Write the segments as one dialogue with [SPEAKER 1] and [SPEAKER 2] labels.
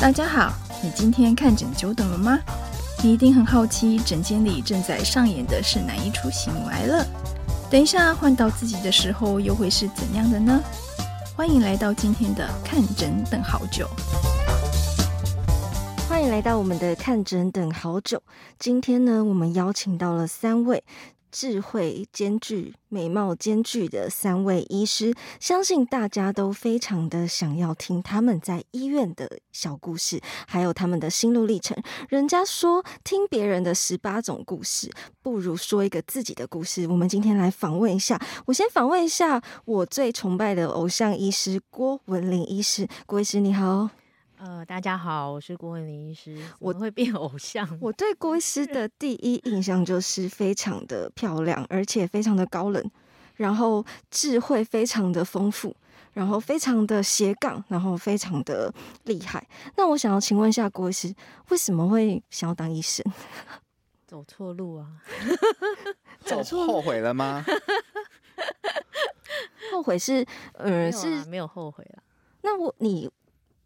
[SPEAKER 1] 大家好，你今天看诊久等了吗？你一定很好奇，诊间里正在上演的是哪一出喜怒哀乐？等一下换到自己的时候，又会是怎样的呢？欢迎来到今天的看诊等好久。
[SPEAKER 2] 欢迎来到我们的看诊等好久。今天呢，我们邀请到了三位智慧兼具、美貌兼具的三位医师，相信大家都非常的想要听他们在医院的小故事，还有他们的心路历程。人家说听别人的十八种故事，不如说一个自己的故事。我们今天来访问一下，我先访问一下我最崇拜的偶像医师郭文玲医师。郭医师你好。
[SPEAKER 3] 呃，大家好，我是郭文林医师。我会变偶像，
[SPEAKER 2] 我对郭医师的第一印象就是非常的漂亮，而且非常的高冷，然后智慧非常的丰富，然后非常的斜杠，然后非常的厉害。那我想要请问一下郭医师，为什么会想要当医生？
[SPEAKER 3] 走错路啊！
[SPEAKER 2] 走错
[SPEAKER 4] 后悔了 吗？
[SPEAKER 2] 后悔是
[SPEAKER 3] 没
[SPEAKER 2] 呃
[SPEAKER 3] 有啦
[SPEAKER 2] 是
[SPEAKER 3] 没有后悔啦，
[SPEAKER 2] 那我你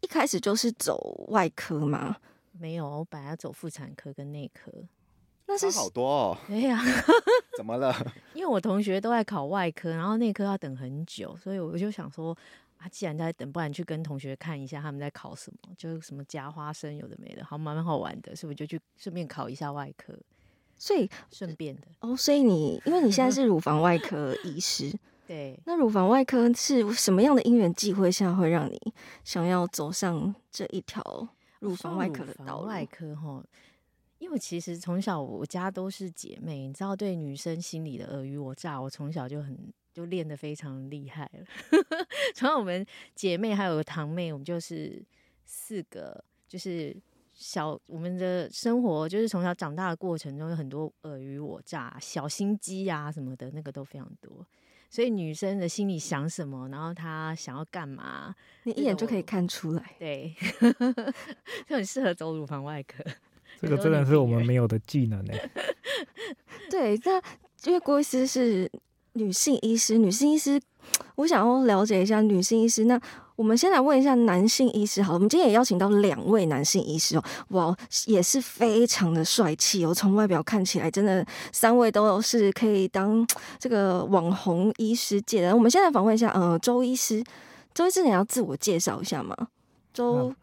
[SPEAKER 2] 一开始就是走外科吗？
[SPEAKER 3] 没有，我本来要走妇产科跟内科。
[SPEAKER 2] 那是
[SPEAKER 4] 差好多哦，
[SPEAKER 3] 对呀、
[SPEAKER 4] 怎 么了？
[SPEAKER 3] 因为我同学都在考外科，然后内科要等很久，所以我就想说。啊，既然在等，不然去跟同学看一下他们在考什么，就是什么夹花生有的没的，好蛮好玩的，所以我就去顺便考一下外科，
[SPEAKER 2] 所以
[SPEAKER 3] 顺便的。
[SPEAKER 2] 哦，所以你因为你现在是乳房外科医师。
[SPEAKER 3] 对，
[SPEAKER 2] 那乳房外科是什么样的因缘际会下会让你想要走上这一条乳房外科的
[SPEAKER 3] 哦乳
[SPEAKER 2] 道
[SPEAKER 3] 房外
[SPEAKER 2] 路？
[SPEAKER 3] 科哈，因为其实从小我家都是姐妹，你知道，对女生心里的尔虞我诈，我从小就很就练得非常厉害了。 从小我们姐妹还有堂妹，我们就是四个，就是。小我们的生活就是从小长大的过程中有很多尔虞我诈、小心机啊什么的，那个都非常多。所以女生的心里想什么，然后她想要干嘛，
[SPEAKER 2] 你一
[SPEAKER 3] 这
[SPEAKER 2] 眼
[SPEAKER 3] 个
[SPEAKER 2] 就可以
[SPEAKER 3] 我
[SPEAKER 2] 看出来。
[SPEAKER 3] 对， 就很适合走乳房外科。
[SPEAKER 5] 这个真的是我
[SPEAKER 3] 欸
[SPEAKER 5] 们没有的技能哎、
[SPEAKER 2] 对，那因为郭医师是女性医师，女性医师，我想要了解一下女性医师。那我们先来问一下男性医师好了，我们今天也邀请到两位男性医师哦，哇，也是非常的帅气哦。从外表看起来，真的三位都是可以当这个网红医师界的。我们现在访问一下，呃，周医师，周医师你要自我介绍一下吗？周、
[SPEAKER 5] 嗯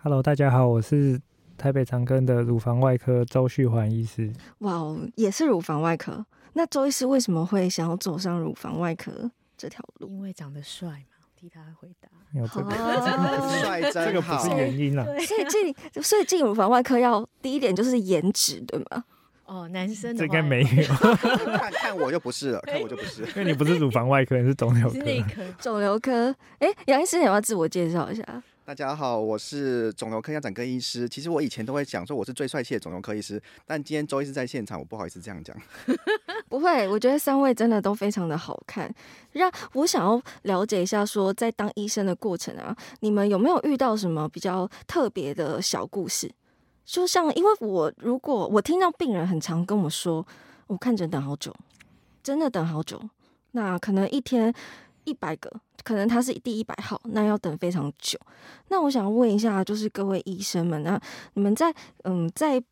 [SPEAKER 5] Hello，大家好，我是台北长庚的乳房外科周旭环医师。
[SPEAKER 2] 哇哦，也是乳房外科。那周医师为什么会想要走上乳房外科这条路？
[SPEAKER 3] 因为长得帅嘛，我替他回答。
[SPEAKER 5] 没有这个，
[SPEAKER 2] 哦，
[SPEAKER 4] 帅
[SPEAKER 5] 这
[SPEAKER 4] 真
[SPEAKER 5] 个不
[SPEAKER 4] 好
[SPEAKER 5] 是， 啊原因啦。
[SPEAKER 2] 所以进， 所以进乳房外科要第一点就是颜值，对吗？
[SPEAKER 3] 哦，男生的话
[SPEAKER 5] 这应该没有， 因
[SPEAKER 4] 看看我就不是了，看我就不是。
[SPEAKER 5] 为你不是乳房外科，你是肿瘤科
[SPEAKER 3] 是。内科。
[SPEAKER 2] 肿瘤科，哎，杨医师，你要不要自我介绍一下？
[SPEAKER 4] 大家好，我是肿瘤科家长科医师。其实我以前都会讲说我是最帅气的肿瘤科医师，但今天周医师在现场，我不好意思这样讲。
[SPEAKER 2] 不会，我觉得三位真的都非常的好看。让我想要了解一下说，在当医生的过程啊，你们有没有遇到什么比较特别的小故事？就像，因为我如果我听到病人很常跟我说，我看诊等好久，真的等好久，那可能一天一百个，可能他是第一百号，那要等非常久。那我想问一下，就是各位医生们啊，你们在嗯在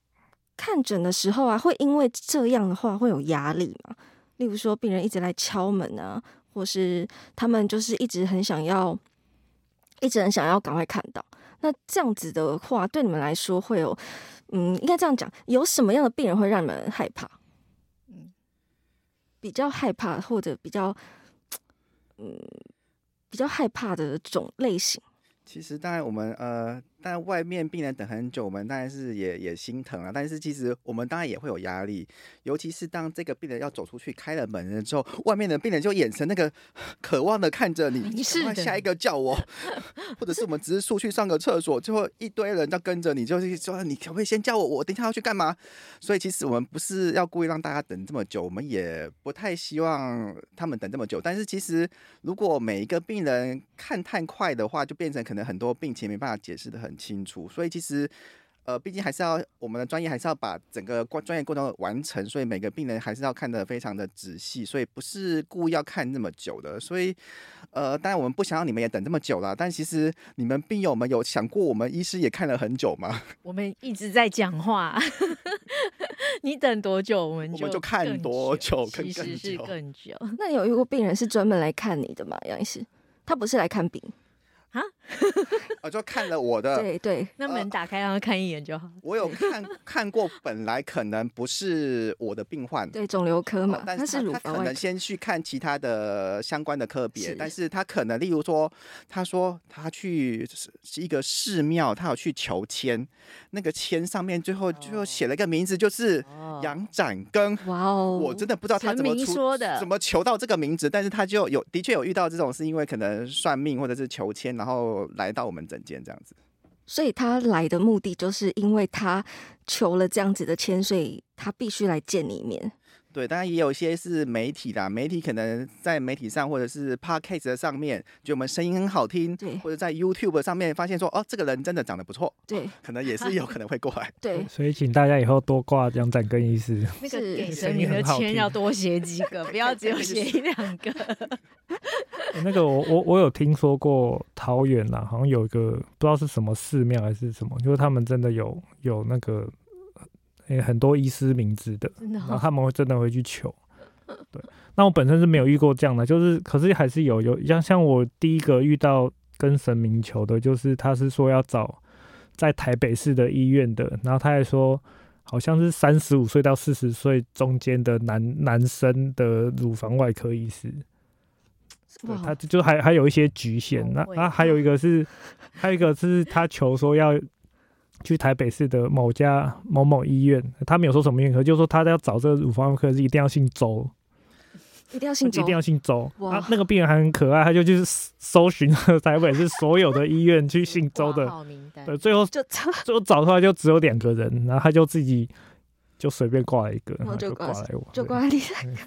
[SPEAKER 2] 看诊的时候啊，会因为这样的话会有压力吗？例如说，病人一直来敲门啊，或是他们就是一直很想要，一直很想要赶快看到。那这样子的话，对你们来说会有，嗯，应该这样讲，有什么样的病人会让你们害怕？嗯
[SPEAKER 3] 嗯，
[SPEAKER 2] 比较害怕或者比较，嗯，比较害怕的种类型。
[SPEAKER 4] 其实当然我们呃，当然外面病人等很久，我们当然是也也心疼啊。但是其实我们当然也会有压力，尤其是当这个病人要走出去开了门了之后，外面的病人就眼神那个渴望的看着你，
[SPEAKER 3] 没
[SPEAKER 4] 你
[SPEAKER 3] 事
[SPEAKER 4] 赶快
[SPEAKER 3] 的
[SPEAKER 4] 下一个叫我，或者是我们只是出去上个厕所，最后一堆人要跟着你，就是说你可不可以先叫我，我等一下要去干嘛？所以其实我们不是要故意让大家等这么久，我们也不太希望他们等这么久。但是其实如果每一个病人看太快的话，就变成可能很多病情没办法解释的很清楚。所以其实呃，毕竟还是要我们的专业还是要把整个过专业过程完成，所以每个病人还是要看得非常的仔细，所以不是故意要看那么久的。所以，呃，当然我们不想让你们也等这么久啦，但其实你们病友们有想过我们医师也看了很久吗？
[SPEAKER 3] 我们一直在讲话， 你等多久，我们
[SPEAKER 4] 我
[SPEAKER 3] 就
[SPEAKER 4] 们就看
[SPEAKER 3] 更
[SPEAKER 4] 多久更
[SPEAKER 3] 其实
[SPEAKER 4] 更
[SPEAKER 3] 是
[SPEAKER 4] 久
[SPEAKER 3] 更久。
[SPEAKER 2] 那你有遇过病人是专门来看你的吗？杨医师，他不是来看病，
[SPEAKER 4] 我呃就看了我的，
[SPEAKER 2] 对对，
[SPEAKER 3] 那
[SPEAKER 5] 呃
[SPEAKER 3] 门打开让他看一眼就好。
[SPEAKER 4] 我有看看过，本来可能不是我的病患，
[SPEAKER 2] 对肿瘤科
[SPEAKER 4] 哦
[SPEAKER 2] 嘛，
[SPEAKER 4] 但
[SPEAKER 2] 他是乳
[SPEAKER 4] 他
[SPEAKER 2] 房
[SPEAKER 4] 可
[SPEAKER 2] 外
[SPEAKER 4] 能
[SPEAKER 2] 科，
[SPEAKER 4] 先去看其他的相关的科别，
[SPEAKER 2] 是
[SPEAKER 4] 但是他可能例如说，他说他去是一个寺庙，他有去求签，那个签上面最后最后
[SPEAKER 3] 哦
[SPEAKER 4] 写了一个名字，就是
[SPEAKER 3] 哦
[SPEAKER 4] 杨展庚。
[SPEAKER 2] 哇哦，
[SPEAKER 4] 我真的不知道他
[SPEAKER 3] 神
[SPEAKER 4] 怎么
[SPEAKER 3] 明
[SPEAKER 4] 出
[SPEAKER 3] 说的
[SPEAKER 4] 怎么求到这个名字，但是他就有的确有遇到这种，是因为可能算命或者是求签，然后来到我们诊间这样子。
[SPEAKER 2] 所以他来的目的就是因为他求了这样子的签，所以他必须来见你一面。
[SPEAKER 4] 对，当然也有一些是媒体啦，媒体可能在媒体上或者是 podcast 的上面，觉得我们声音很好听
[SPEAKER 2] 对，
[SPEAKER 4] 或者在 YouTube 上面发现说，哦，这个人真的长得不错，
[SPEAKER 2] 对
[SPEAKER 4] 可能也是有可能会过来。
[SPEAKER 2] 对，
[SPEAKER 5] 所以请大家以后多挂杨展跟医 师。
[SPEAKER 3] 那个
[SPEAKER 2] 是
[SPEAKER 3] 给
[SPEAKER 5] 声
[SPEAKER 3] 神
[SPEAKER 5] 音
[SPEAKER 3] 明的
[SPEAKER 5] 很好
[SPEAKER 3] 签
[SPEAKER 5] 听
[SPEAKER 3] 要多写几 个，不要只有写一两个。
[SPEAKER 5] 欸那个我我我有听说过桃园啦，好像有一个不知道是什么寺庙还是什么，就是他们真的有有那个、欸、很多医师名字的，
[SPEAKER 3] 真的
[SPEAKER 5] 然后
[SPEAKER 3] 哦，
[SPEAKER 5] 他们会真的会去求。对，那我本身是没有遇过这样的，就是可是还是有有像像我第一个遇到跟神明求的，就是他是说要找在台北市的医院的，然后他还说好像是三十五岁到四十岁中间的男男生的乳房外科医师。对，他
[SPEAKER 2] 哇，
[SPEAKER 5] 就就还还有一些局限
[SPEAKER 3] 好。
[SPEAKER 5] 那
[SPEAKER 3] 哦会嗯
[SPEAKER 5] 那还有一个是，还有一个是他求说要去台北市的某家某某医院，他没有说什么医院，可就说他要找这个乳房外科是一定要姓周，
[SPEAKER 2] 一定要姓
[SPEAKER 5] 一
[SPEAKER 2] 周
[SPEAKER 5] 定，要姓周。
[SPEAKER 2] 哇
[SPEAKER 5] 啊，那个病人还很可爱，他就去搜搜寻了台北市所有的医院去姓周
[SPEAKER 3] 挂
[SPEAKER 5] 的，
[SPEAKER 3] 号名单
[SPEAKER 5] 对，最后
[SPEAKER 2] 就这
[SPEAKER 5] 最后找出来就只有两个人，然后他就自己。就随便挂了一个，
[SPEAKER 3] 哦
[SPEAKER 2] 然
[SPEAKER 5] 然
[SPEAKER 2] 后
[SPEAKER 5] 后
[SPEAKER 2] 就
[SPEAKER 5] 就
[SPEAKER 2] 挂
[SPEAKER 5] 挂来我，
[SPEAKER 2] 就
[SPEAKER 5] 对
[SPEAKER 2] 关你三个。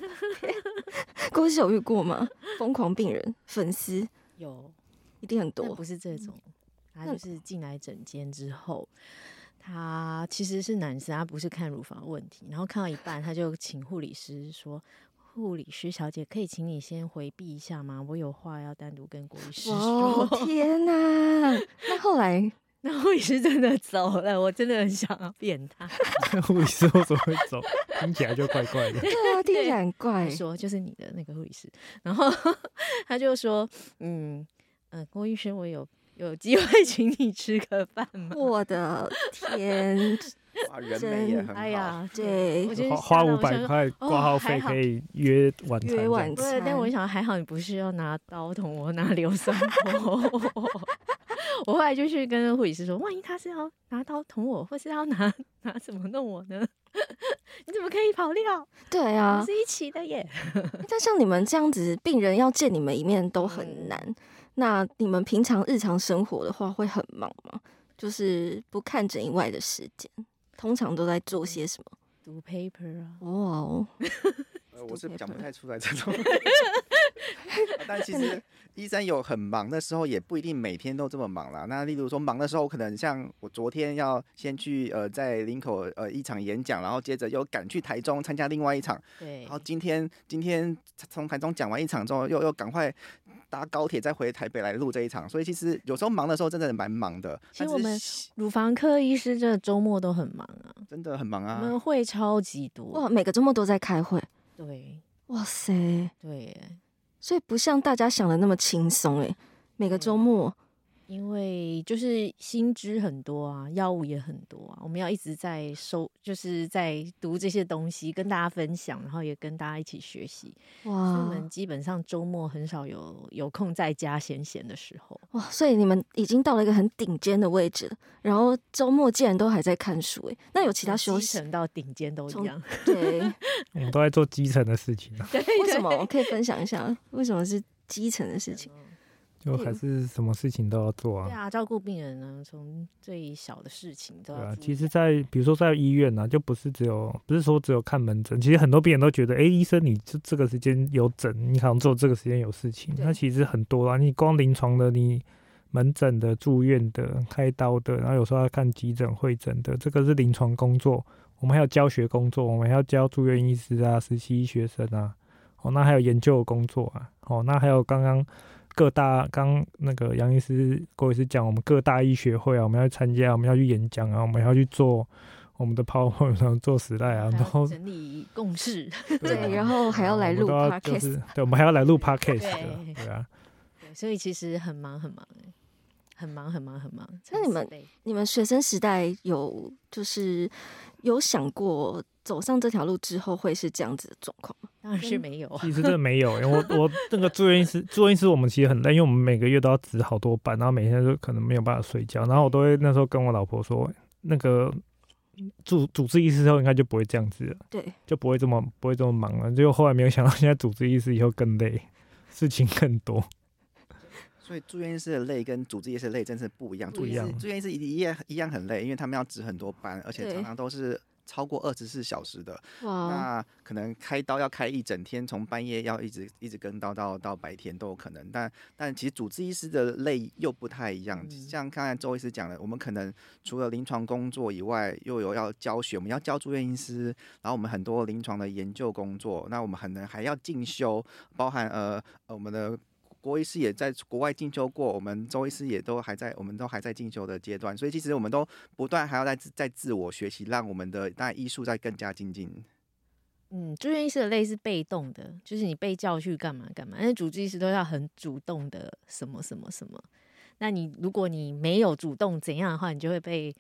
[SPEAKER 2] 郭医师有遇过吗？疯狂病人粉丝
[SPEAKER 3] 有，
[SPEAKER 2] 一定很
[SPEAKER 3] 但
[SPEAKER 2] 多嗯
[SPEAKER 3] 不，是这种，他
[SPEAKER 2] 那
[SPEAKER 3] 就是进来诊间之后。他其实是男生，他不是看乳房问题，然后看到一半，他就请护理师说：“护理师小姐，可以请你先回避一下吗？我有话要单独跟郭医师
[SPEAKER 2] 哇
[SPEAKER 3] 说。
[SPEAKER 2] 哦，天哪！那后来
[SPEAKER 3] 那护理师真的走了，我真的很想要扁他。
[SPEAKER 5] 护理师为什么会走？听起来就怪怪的。
[SPEAKER 2] 对啊，听起来很怪
[SPEAKER 3] 他，说就是你的那个护理师，然后 他就说，嗯呃，郭医生，我有有机会 请你吃个饭吗？
[SPEAKER 2] 我的天，
[SPEAKER 4] 哇，人美也
[SPEAKER 2] 真
[SPEAKER 4] 很好。
[SPEAKER 3] 哎呀，
[SPEAKER 2] 对
[SPEAKER 3] 我就
[SPEAKER 5] 花
[SPEAKER 3] 吓到
[SPEAKER 5] 花五
[SPEAKER 3] 我想
[SPEAKER 5] 百
[SPEAKER 3] 说。
[SPEAKER 5] 块
[SPEAKER 3] 哦
[SPEAKER 5] 挂号
[SPEAKER 3] 还
[SPEAKER 5] 费
[SPEAKER 3] 好
[SPEAKER 5] 可以约晚餐这
[SPEAKER 2] 约
[SPEAKER 5] 样，
[SPEAKER 2] 晚
[SPEAKER 3] 对，但我
[SPEAKER 2] 餐
[SPEAKER 3] 想还好你不是要拿刀捅我，拿硫酸泼我。 我后来就去跟护理师说，万一他是要拿刀捅我，或是要拿 拿什么弄我呢？ 你怎么可以跑掉？
[SPEAKER 2] 对
[SPEAKER 3] 我
[SPEAKER 2] 啊
[SPEAKER 3] 们，是一起的耶。
[SPEAKER 2] 但像你们这样子，病人要见你们一面都很
[SPEAKER 3] 嗯
[SPEAKER 2] 难。那你们平常日常生活的话，会很忙吗？就是不看诊以外的时间，通常都在做些什么？
[SPEAKER 3] 读 paper 啊，
[SPEAKER 2] 哇哦，
[SPEAKER 4] 呃我是
[SPEAKER 2] Stupid
[SPEAKER 4] 讲不太出来这 种。但其实医生有很忙的时候，也不一定每天都这么忙啦。那例如说忙的时候，可能像我昨天要先去呃在林口呃一场演讲，然后接着又赶去台中参加另外一场，
[SPEAKER 3] 对
[SPEAKER 4] 然，后今天今天从台中讲完一场之后，又又赶快搭高铁再回台北来录这一场。所以其实有时候忙的时候真的蛮忙的，
[SPEAKER 3] 其
[SPEAKER 4] 但
[SPEAKER 3] 实我们
[SPEAKER 4] 是
[SPEAKER 3] 乳房科医师这周末都很忙啊，
[SPEAKER 4] 真的很忙
[SPEAKER 3] 我
[SPEAKER 4] 啊
[SPEAKER 3] 们。会超级
[SPEAKER 2] 哇，
[SPEAKER 3] 多。
[SPEAKER 2] 每个周末都在开会，
[SPEAKER 3] 对
[SPEAKER 2] 哇塞！
[SPEAKER 3] 对耶，
[SPEAKER 2] 所以不像大家想的那么轻松诶，每个周末
[SPEAKER 3] 因为就是新知很多啊，药物也很多啊，我们要一直在收，就是在读这些东西，跟大家分享，然后也跟大家一起学习。所以我
[SPEAKER 2] 哇
[SPEAKER 3] 们基本上周末很少有有空在家闲闲的时候。
[SPEAKER 2] 哇，所以你们已经到了一个很顶尖的位置了。然后周末竟然都还在看书诶，那有其他
[SPEAKER 3] 从
[SPEAKER 2] 休
[SPEAKER 3] 基
[SPEAKER 2] 息？
[SPEAKER 3] 层到顶尖都一
[SPEAKER 2] 从
[SPEAKER 3] 样。
[SPEAKER 2] 对，
[SPEAKER 5] 我们都在做基层的事情啊，
[SPEAKER 3] 对，
[SPEAKER 2] 为什么？
[SPEAKER 3] 对
[SPEAKER 2] 我可以分享一 下为什么是基层的事情？
[SPEAKER 5] 就还是什么事情都要做
[SPEAKER 3] 对
[SPEAKER 5] 啊。
[SPEAKER 3] 啊，照顾病人呢，从最小的事情都
[SPEAKER 5] 对
[SPEAKER 3] 要注
[SPEAKER 5] 啊
[SPEAKER 3] 意啊。，
[SPEAKER 5] 其实在，比如说在医院呢、啊，就不是只有不是说只有看门诊，其实很多病人都觉得，哎，医生你这这个时啊间有诊，你好像只有这个时间有事情。
[SPEAKER 2] 对
[SPEAKER 5] 那其实很多啦，你光临床的你门诊的、住院的、开刀的，然后有时候要看急诊、会诊的，这个是临床工作。我们还有教学工作，我们还要教住院医师啊、实习医学生啊，哦，那还有研究工作啊，哦，那还有刚刚各大刚那个杨医师、郭医师讲，我们各大医学会啊，我们要去参加，我们要去演讲啊，我们要去做我们的 PowerPoint 然后做时代啊，然
[SPEAKER 3] 然后
[SPEAKER 5] 后
[SPEAKER 3] 整理共识，
[SPEAKER 5] 对啊
[SPEAKER 2] 对，然后还要来录
[SPEAKER 5] 我们都要就
[SPEAKER 2] podcast，
[SPEAKER 5] 是对，我们还要来录 podcast 的
[SPEAKER 3] 对，
[SPEAKER 5] 对啊，
[SPEAKER 3] 对所以其实很忙很忙欸很忙很忙很忙。
[SPEAKER 2] 那你们
[SPEAKER 3] 真的是累
[SPEAKER 2] 你们学生时代有就是有想过走上这条路之后会是这样子的状况吗？
[SPEAKER 3] 当然是没有啊，
[SPEAKER 5] 其实真的没有，因为我我那个住院医师，住院医师我们其实很累，因为我们每个月都要值好多班，然后每天都可能没有办法睡觉，然后我都会那时候跟我老婆说，那个主主治医师之后应该就不会这样子了，
[SPEAKER 2] 对，
[SPEAKER 5] 就不会这么不会这么忙了。结果后来没有想到，现在主治医师以后更累， 事情更多。
[SPEAKER 4] 所以住院医师的累跟主治医师的累真是不一样。
[SPEAKER 3] 不
[SPEAKER 4] 住
[SPEAKER 3] 一
[SPEAKER 4] 院医师
[SPEAKER 5] 样
[SPEAKER 4] 住院医师一样一样很累，因为他们要值很多班，而且
[SPEAKER 2] 对
[SPEAKER 4] 常常都是超过二十四小时的。
[SPEAKER 2] 哇，
[SPEAKER 4] 那可能开刀要开一整天，从半夜要一直一直跟刀到到白天都有可能。但但其实主治医师的累又不太一样，
[SPEAKER 3] 嗯
[SPEAKER 4] 像刚才周医师讲的，我们可能除了临床工作以外，又有要教学，我们要教住院医师，然后我们很多临床的研究工作，那我们可能还要进修，包含呃呃我们的。郭医师也在国外进修过，我们周医师也都还在，我们都还在进修的阶段，所以其实我们都不断还要在自在自我学习，让我们的那医术再更加精进。
[SPEAKER 3] 嗯，住院医师的累是被动的，就是你被叫去干嘛干嘛，但是主治医师都要很主动的什么什么什么。那你如果你没有主动怎样的话，你就会被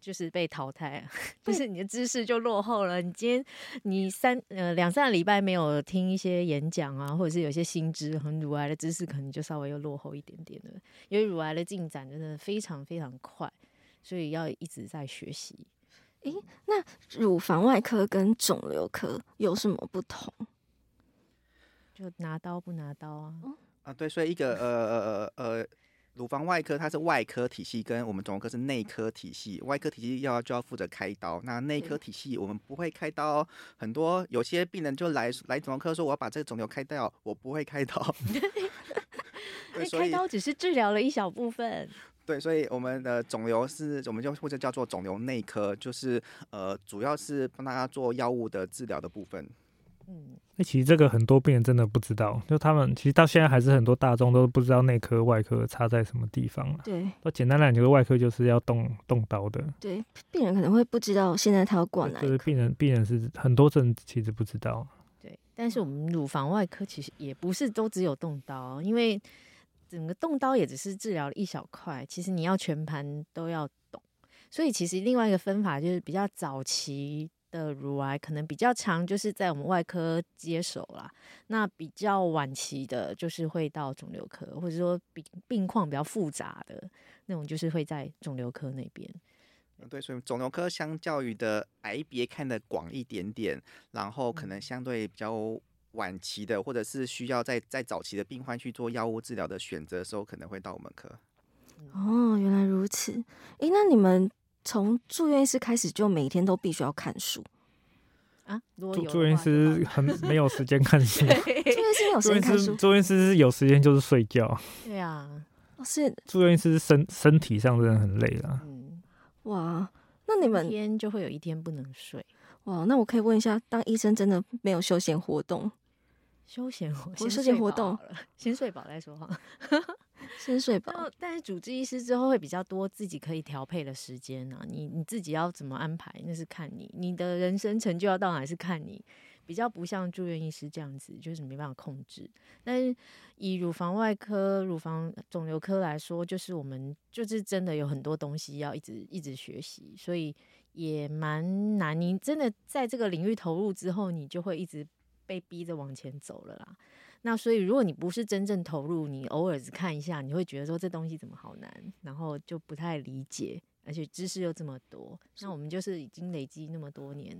[SPEAKER 3] 就是被淘汰啊， 就是你的知识就落后了。你今天你三呃两三个礼拜没有听一些演讲啊，或者是有一些新知很乳癌的知识，可能就稍微又落后一点点了。因为乳癌的进展真的非常非常快，所以要一直在学习。
[SPEAKER 2] 那乳房外科跟肿瘤科有什么不同？
[SPEAKER 3] 就拿刀不拿刀啊？
[SPEAKER 4] 啊，对，所以一个呃呃呃呃，乳房外科它是外科体系，跟我们肿瘤科是内科体系。外科体系要就要负责开刀，那内科体系我们不会开刀。很多有些病人就来来肿瘤科说我要把这个肿瘤开掉，我不会 开刀。对，
[SPEAKER 3] 那
[SPEAKER 4] 所
[SPEAKER 3] 哎开
[SPEAKER 4] 以
[SPEAKER 3] 刀只是治疗了一小部分，
[SPEAKER 4] 对，所以我们的肿瘤是，我们就或者叫做肿瘤内科，就是呃，主要是帮大家做药物的治疗的部分。
[SPEAKER 3] 嗯，
[SPEAKER 5] 那其实这个很多病人真的不知道，就他们其实到现在还是很多大众都不知道内科外科差在什么地方了。
[SPEAKER 2] 对
[SPEAKER 5] 那简单来讲，就是外科就是要动动刀的，
[SPEAKER 2] 对，病人可能会不知道现在他要挂哪
[SPEAKER 5] 就
[SPEAKER 2] 一
[SPEAKER 5] 是
[SPEAKER 2] 个，
[SPEAKER 5] 病人病人是很多症其实不知道。
[SPEAKER 3] 对。但是我们乳房外科其实也不是都只有动刀，因为整个动刀也只是治疗了一小块，其实你要全盘都要懂。所以其实另外一个分法就是比较早期的乳癌，可能比较长，就是在我们外科接手啦。那比较晚期的，就是会到肿瘤科，或者说病病况比较复杂的那种，就是会在肿瘤科那边。
[SPEAKER 4] 嗯对，所以肿瘤科相较于的癌别看得广一点点，然后可
[SPEAKER 3] 嗯
[SPEAKER 4] 能相对比较晚期的，或者是需要在在早期的病患去做药物治疗的选择的时候，可能会到我们科。
[SPEAKER 2] 哦，原来如此。诶，那你们从住院医师开始就每天都必须要看书，
[SPEAKER 3] 啊，如果
[SPEAKER 5] 住
[SPEAKER 3] 有的
[SPEAKER 5] 住院
[SPEAKER 3] 话就好
[SPEAKER 5] 师很没有时间看书，
[SPEAKER 2] 住院医师没有时
[SPEAKER 5] 住
[SPEAKER 2] 间
[SPEAKER 5] 院
[SPEAKER 2] 看
[SPEAKER 5] 师
[SPEAKER 2] 书，
[SPEAKER 5] 住院师是有时间就是睡觉，
[SPEAKER 3] 对啊，
[SPEAKER 2] 哦是
[SPEAKER 5] 住院师身身体上真的很累啦。
[SPEAKER 3] 嗯，
[SPEAKER 2] 哇。那你们
[SPEAKER 3] 一天就会有一天不能睡，
[SPEAKER 2] 哇，那我可以问一下，当医生真的没有休闲活动，
[SPEAKER 3] 休闲活
[SPEAKER 2] 休
[SPEAKER 3] 先
[SPEAKER 2] 闲
[SPEAKER 3] 睡
[SPEAKER 2] 活
[SPEAKER 3] 饱
[SPEAKER 2] 动
[SPEAKER 3] 好了，先睡饱再说哈。
[SPEAKER 2] 先睡吧
[SPEAKER 3] 然。后，哦但是主治医师之后会比较多自己可以调配的时间啊，你你自己要怎么安排，那是看你，你的人生成就要到哪是看你，比较不像住院医师这样子，就是没办法控制。但是以乳房外科、乳房肿瘤科来说，就是我们就是真的有很多东西要一直一直学习，所以也蛮难。你真的在这个领域投入之后，你就会一直被逼着往前走了啦。那所以，如果你不是真正投入，你偶尔只看一下，你会觉得说这东西怎么好难，然后就不太理解，而且知识又这么多。那我们就是已经累积那么多年，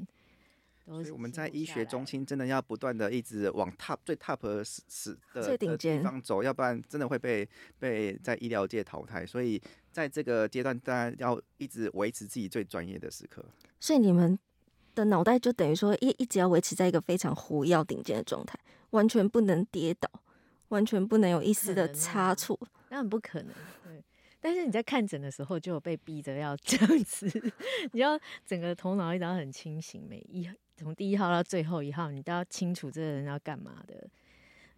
[SPEAKER 3] 都
[SPEAKER 4] 所以
[SPEAKER 3] 是
[SPEAKER 4] 我们
[SPEAKER 3] 辛
[SPEAKER 4] 在
[SPEAKER 3] 苦
[SPEAKER 4] 医
[SPEAKER 3] 下
[SPEAKER 4] 学
[SPEAKER 3] 来
[SPEAKER 4] 中
[SPEAKER 3] 了
[SPEAKER 4] 心真的要不断的一直往 top 最 top 的死死的
[SPEAKER 2] 最顶
[SPEAKER 4] 的
[SPEAKER 2] 尖
[SPEAKER 4] 地方走，要不然真的会被被在医疗界淘汰。所以在这个阶段，大家要一直维持自己最专业的时刻。
[SPEAKER 2] 所以你们的脑袋就等于说一一直要维持在一个非常活跃顶尖的状态，完全不能跌倒，完全不能有一丝
[SPEAKER 3] 可
[SPEAKER 2] 的
[SPEAKER 3] 能啊
[SPEAKER 2] 差错。
[SPEAKER 3] 那很不可能。对，但是你在看诊的时候就有被逼着要 这样子，你要整个头脑一定要很清醒，每一从第一号到最后一号，你都要清楚这个人要干嘛的。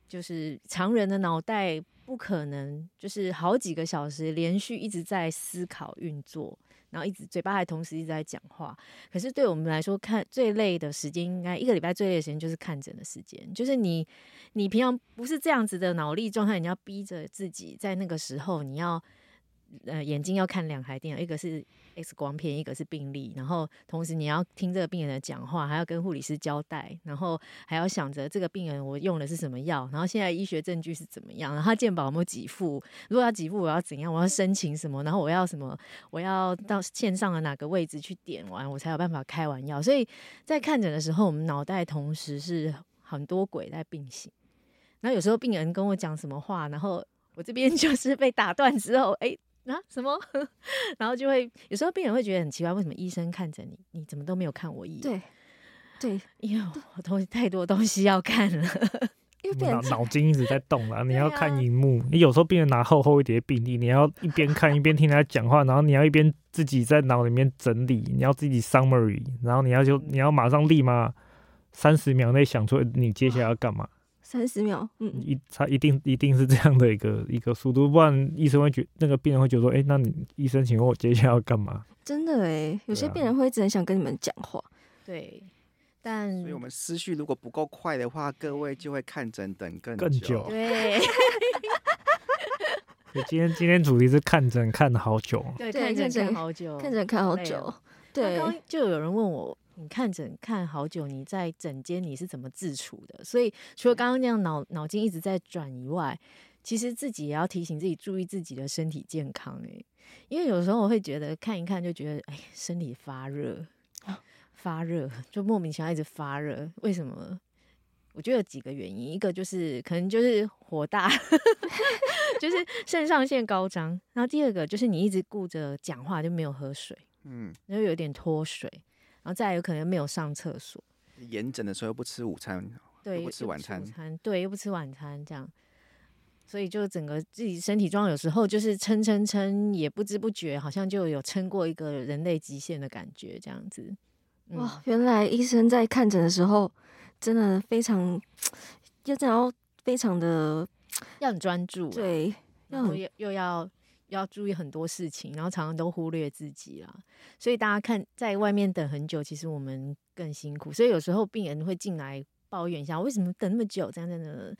[SPEAKER 3] 就是常人的脑袋不可能，就是好几个小时连续一直在思考运作，然后一直嘴巴还同时一直在讲话。可是对我们来说，看最累的时间，应该一个礼拜最累的时间就是看诊的时间，就是你你平常不是这样子的脑力状态，你要逼着自己在那个时候，你要呃眼睛要看两台电脑，一个是 X 光片，一个是病历，然后同时你要听这个病人的讲话，还要跟护理师交代，然后还要想着这个病人我用的是什么药，然后现在医学证据是怎么样，然后他健保有没有给付，如果要给付我要怎样，我要申请什么，然后我要什么，我要到线上的哪个位置去点完，我才有办法开完药。所以在看诊的时候，我们脑袋同时是很多轨在并行。然后有时候病人跟我讲什么话，然后我这边就是被打断之后，哎、啊什么， 然后就会有时候病人会觉得很奇怪，为什么医生看着你，你怎么都没有看我一眼？
[SPEAKER 2] 对对，
[SPEAKER 3] 因为我东西太多东西要看了，
[SPEAKER 2] 因为变
[SPEAKER 5] 脑
[SPEAKER 2] 成
[SPEAKER 5] 脑筋一直在动啦，你要
[SPEAKER 2] 对啊
[SPEAKER 5] 看荧幕，你有时候病人拿厚厚一叠病历，你要一边看一边听他讲话，然后你要一边自己在脑里面整理，你要自己 summary，然后你要
[SPEAKER 2] 嗯
[SPEAKER 5] 就你要马上立马三十秒内想出你接下来要干嘛，
[SPEAKER 2] 三十秒，嗯，
[SPEAKER 5] 一他一定一定是这样的一个一个速度，不然医生会觉那个病人会觉得说，哎、那你医生请问我接下来要干嘛？
[SPEAKER 2] 真的哎，有些
[SPEAKER 5] 对啊
[SPEAKER 2] 病人会一直很想跟你们讲话，
[SPEAKER 3] 对，但
[SPEAKER 4] 所以我们思绪如果不够快的话，各
[SPEAKER 3] 嗯
[SPEAKER 4] 位就会看诊等更
[SPEAKER 5] 更久
[SPEAKER 3] 对
[SPEAKER 5] 所以今天今天主题是看诊看了好 久，啊
[SPEAKER 3] 对
[SPEAKER 2] 对
[SPEAKER 3] 看
[SPEAKER 2] 看
[SPEAKER 3] 诊
[SPEAKER 2] 诊
[SPEAKER 3] 看好久，
[SPEAKER 2] 看着看好
[SPEAKER 3] 哦累
[SPEAKER 2] 久
[SPEAKER 3] 了，
[SPEAKER 2] 对，
[SPEAKER 3] 刚刚就有人问我，你看诊看好久，你在诊间你是怎么自处的？所以除了刚刚那样脑脑筋一直在转以外，其实自己也要提醒自己注意自己的身体健康、欸。因为有时候我会觉得看一看就觉得，哎，身体发热，哦 发热就莫名其妙一直发热，为什么？我觉得有几个原因，一个就是可能就是火大， 就是肾上腺高涨，然后第二个就是你一直顾着讲话就没有喝水。
[SPEAKER 4] 嗯，
[SPEAKER 3] 然后有点脱水，然后再来有可能没有上厕所，
[SPEAKER 4] 严诊的时候又不吃午餐，
[SPEAKER 3] 对，
[SPEAKER 4] 不
[SPEAKER 3] 又
[SPEAKER 4] 吃晚餐
[SPEAKER 3] 午餐对，又不吃晚餐这样，所以就整个自己身体状况有时候就是撑撑撑，也不知不觉好像就有撑过一个人类极限的感觉这样子。嗯、
[SPEAKER 2] 哇，原来医生在看诊的时候，真的非常，要真的要非常的
[SPEAKER 3] 要很专注、啊，，
[SPEAKER 2] 对，
[SPEAKER 3] 然
[SPEAKER 2] 要
[SPEAKER 3] 后
[SPEAKER 2] 很
[SPEAKER 3] 又又要又要注意很多事情，然后常常都忽略自己啦。所以大家看在外面等很久，其实我们更辛苦。所以有时候病人会进来抱怨一下，为什么等那么久？这样这样这样。这样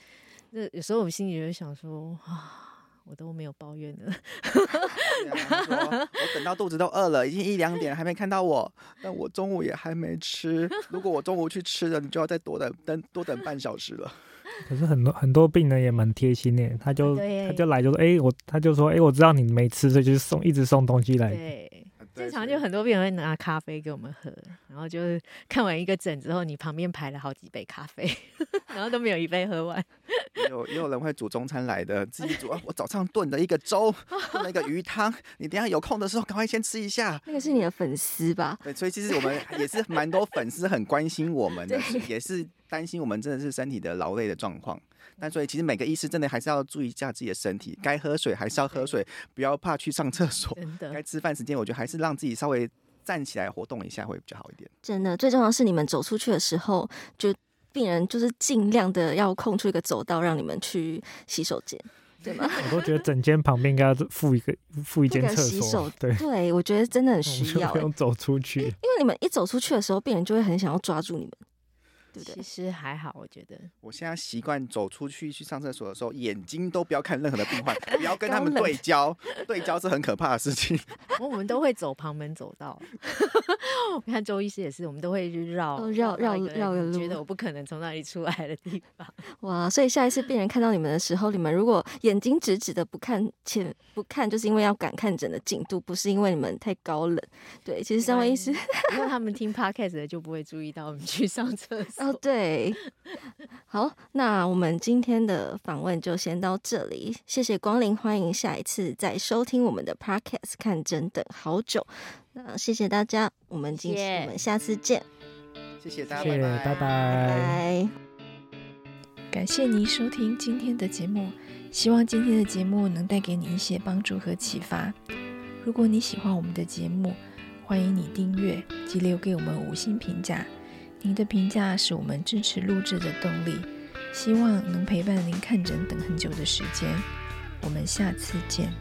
[SPEAKER 3] 那有时候我心里就会想说啊，我都没有抱怨了。
[SPEAKER 4] 对啊他说我等到肚子都饿了，已经一两点了还没看到我，但我中午也还没吃。如果我中午去吃了，你就要再多等等多等半小时 了。
[SPEAKER 5] 可是很多很多病人也蛮贴心的，他就
[SPEAKER 3] 对
[SPEAKER 5] 他就来就说，哎、我他就说，哎、我知道你没吃，所以就是送一直送东西来。
[SPEAKER 3] 对，经常就很多病人会拿咖啡给我们喝，然后就是 看完一个诊之后，你旁边排了好几杯咖啡， 然后都没有一杯喝完。
[SPEAKER 4] 也有也有人会煮中餐来的，自己煮。啊我早上炖的一个粥，炖了一个鱼汤，你等一下有空的时候赶快先吃一下。
[SPEAKER 2] 那个是你的粉丝吧？
[SPEAKER 4] 对，所以其实我们也是蛮多粉丝很关心我们的，也是担心我们真的是身体的劳累的状况。但所以其实每个医师真的还是要注意一下自己的身体，该喝水还是要喝水，不要怕去上厕所。
[SPEAKER 3] 真的
[SPEAKER 4] 该，吃饭时间，我觉得还是让自己稍微站起来活动一下会比较好一点。
[SPEAKER 2] 真的，最重要的是你们走出去的时候，就病人就是尽量的要空出一个走道让你们去洗手间，对吗？
[SPEAKER 5] 我都觉得整间旁边应该要附一个附一间
[SPEAKER 2] 那
[SPEAKER 5] 厕
[SPEAKER 2] 个洗
[SPEAKER 5] 所
[SPEAKER 2] 手，
[SPEAKER 5] 对，
[SPEAKER 2] 对，我觉得真的很
[SPEAKER 5] 我们
[SPEAKER 2] 需
[SPEAKER 5] 就
[SPEAKER 2] 要、欸
[SPEAKER 5] 不
[SPEAKER 2] 因
[SPEAKER 5] 用
[SPEAKER 2] 为
[SPEAKER 5] 走出 去。
[SPEAKER 2] 你们一走出去的时候，病人就会很想要抓住你们，对不
[SPEAKER 3] 其
[SPEAKER 2] 对？
[SPEAKER 3] 实还好，我觉得。
[SPEAKER 4] 我现在习惯走出去去上厕所的时候，眼睛都不要看任何的病患，不要跟他们
[SPEAKER 2] 高冷
[SPEAKER 4] 对焦，对焦是很可怕的事情。
[SPEAKER 3] 我们都会走旁门走道， 你看周医师也是，我们都会去绕
[SPEAKER 2] 哦绕
[SPEAKER 3] 到
[SPEAKER 2] 绕
[SPEAKER 3] 一个
[SPEAKER 2] 绕个
[SPEAKER 3] 你觉
[SPEAKER 2] 路
[SPEAKER 3] 得我不可能从那里出来的地方。
[SPEAKER 2] 哇，所以下一次病人看到你们的时候，你们如果眼睛直直的不看前不看，就是因为要赶看诊的进度，不是因为你们太高冷。对，其实三位医师
[SPEAKER 3] 没因为他们听 podcast 的就不会注意到我们去上厕 所。
[SPEAKER 2] 哦，对，好，那我们今天的访问就先到这里，谢谢光临，欢迎下一次再收听我们的 podcast，看真的好久，那谢谢大家，我们今
[SPEAKER 3] 谢谢
[SPEAKER 2] 我们下次见，
[SPEAKER 4] 谢谢大家，
[SPEAKER 5] 谢谢，拜
[SPEAKER 2] 拜
[SPEAKER 5] 拜
[SPEAKER 2] 拜
[SPEAKER 1] 感谢您收听今天的节目，希望今天的节目能带给你一些帮助和启发。如果你喜欢我们的节目，欢迎你订阅及留给我们五星评价。您的评价是我们支持录制的动力，希望能陪伴您看诊等很久的时间。我们下次见。